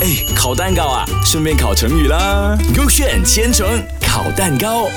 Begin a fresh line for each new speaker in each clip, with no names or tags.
哎，烤蛋糕啊，顺便烤成语啦。勾选千层烤蛋糕，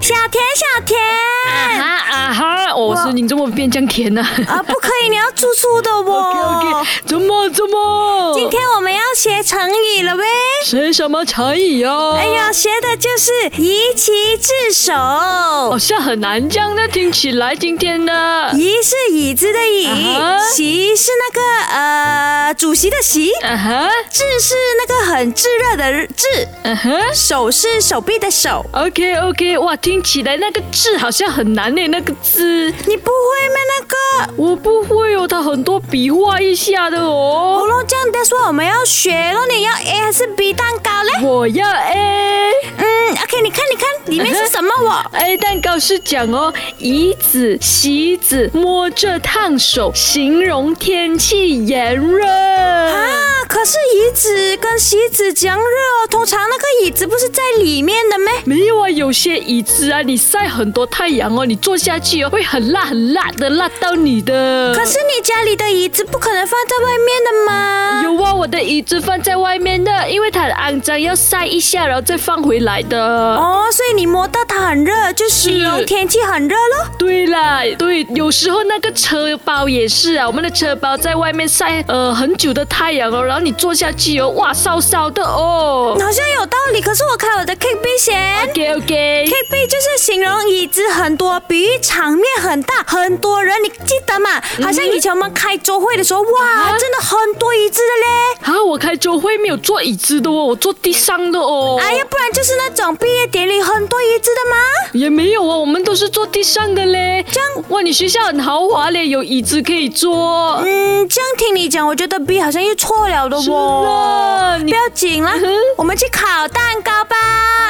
小甜小甜
啊啊哈！哦我
哇
说你怎么变这样甜 呢、
啊，不可以，你要粗粗的
o
哦
k。怎么怎么？
今天我们要学成语了呗。
学什么成语哦？
哎，呀，学的就是宜其自守。
好像哦很难这样的听起来。今天呢？
宜是椅子的椅
啊啊哈，
席是那个呃主席的席，
啊哈，
炙是那个很炙热的炙，
啊哈。
手是手臂的手。
OK OK，哇，听起来那个字好像很难呢，那个字
你不会吗？那个，
我不会哦，它很多笔画一下的
哦
哦。
咯，这样的说我们要学咯，你要 A 还是 B 蛋糕嘞？
我要 A
嗯，OK，你看，你看里
啊
面是什么我？
A 蛋糕是讲哦，以子席子摸着烫手，形容天气炎热。
啊，可是椅子跟席子讲热哦，通常那个椅子不是在里面的咩？
没有啊，有些椅子啊，你晒很多太阳哦，你坐下去哦，会很辣很辣的，辣到你的。
可是你家里的椅子不可能放在外面的嘛。
有啊，我的椅子放在外面的，因为它很肮脏，要晒一下，然后再放回来的。
哦，所以你摸到它很热，就形容天气很热咯。
对啦，对，有时候那个车包也是啊，我们的车包在外面晒呃很久的太阳哦，然后你坐下去哦，哇，烧烧的哦。
好像有道理，可是我看我的 K B 先
OK OK，
，K B 就是形容椅子很多，比喻场面很大，很多人，你记得嘛？好像以前我们开周会的时候，哇，
嗯啊
真的很多椅子的嘞。
啊，我开周会没有坐椅子的哦，我坐地上的哦。
哎呀，不然就是那种毕业典礼很多椅子的嘛。
也没有啊，我们都是坐地上的嘞。
这样
哇，你学校很豪华嘞，有椅子可以坐。
嗯，这样听你讲，我觉得 B 好像又错了的
是
哦。
啦，
不
你嗯
要紧啦，我们去烤蛋糕吧。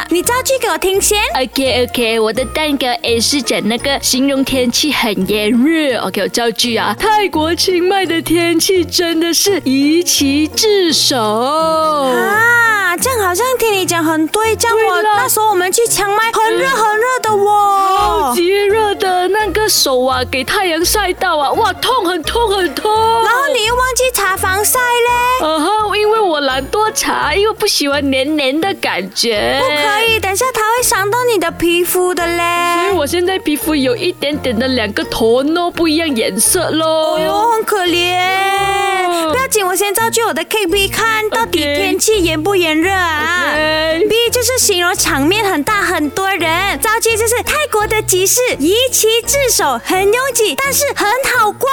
你造句给我听先。
OK OK，我的蛋糕 A 是讲那个形容天气很炎热。OK，我造句啊，泰国清迈的天气真的是宜其自守。
啊，这样好像听你讲很对，这样
嗯对
我
了
那时候我们去抢麦，很热很热的
超
哦。
级热的那个手啊，给太阳晒到啊，哇，痛很痛很痛。
然后你又忘记擦防晒嘞，
呃哼，因为我懒惰擦，因为不喜欢黏黏的感觉。
不可
哎
以，等一下它会伤到你的皮肤的
因为
嘞。
我现在皮肤有一点点的两个头哦，不一样颜色喽。
哎呦，很可怜。
哦
不要紧，我先造句我的 K B 看到底
OK
天气炎不炎热啊。
哎
B 就是形容场面很大，很多人。造句就是泰国的集市宜其自守，很拥挤，但是很好逛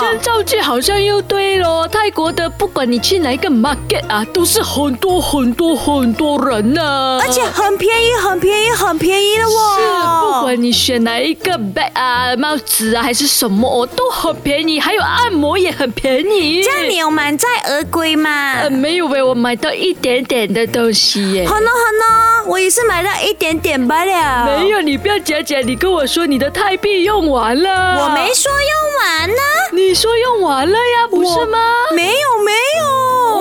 这样
哦。
造句好像又对咯。泰国的不管你去哪一个 market 啊，都是很多很多很多人啊呢、
而且很便宜，很便宜，很便宜的
是不
哦。
管你选哪一个 bag 啊、帽子啊还是什么哦，都很便宜，还有按摩也很便宜。
这样你有满载而归吗？
呃没有喂，我买到一点点的东西耶。
好呢好呢，我也是买到一点点罢了。
没，有，你不要假假，你跟我说你的泰币用完了。
我没说用完呢。
你说用完了呀，不是吗？
没有没有。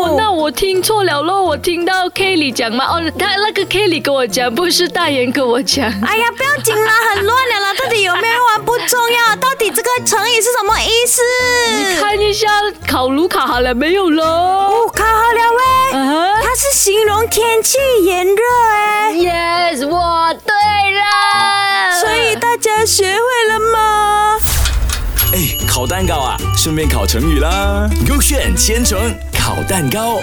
哦，那我听错了咯，我听到 Kelly 讲嘛，哦，他那个 Kelly 跟我讲，不是大言跟我讲。
哎呀，不要紧啦，很乱了啦，到底有没有用完不重要，到底这个成语是什么意思？
看一下烤炉烤好了没有咯？
嗯哦，看好了喂。
啊
它是形容天气炎热哎，
，Yes，我对了。
所以大家学会了吗？
哎，烤蛋糕啊，顺便烤成语啦。勾选千层烤蛋糕。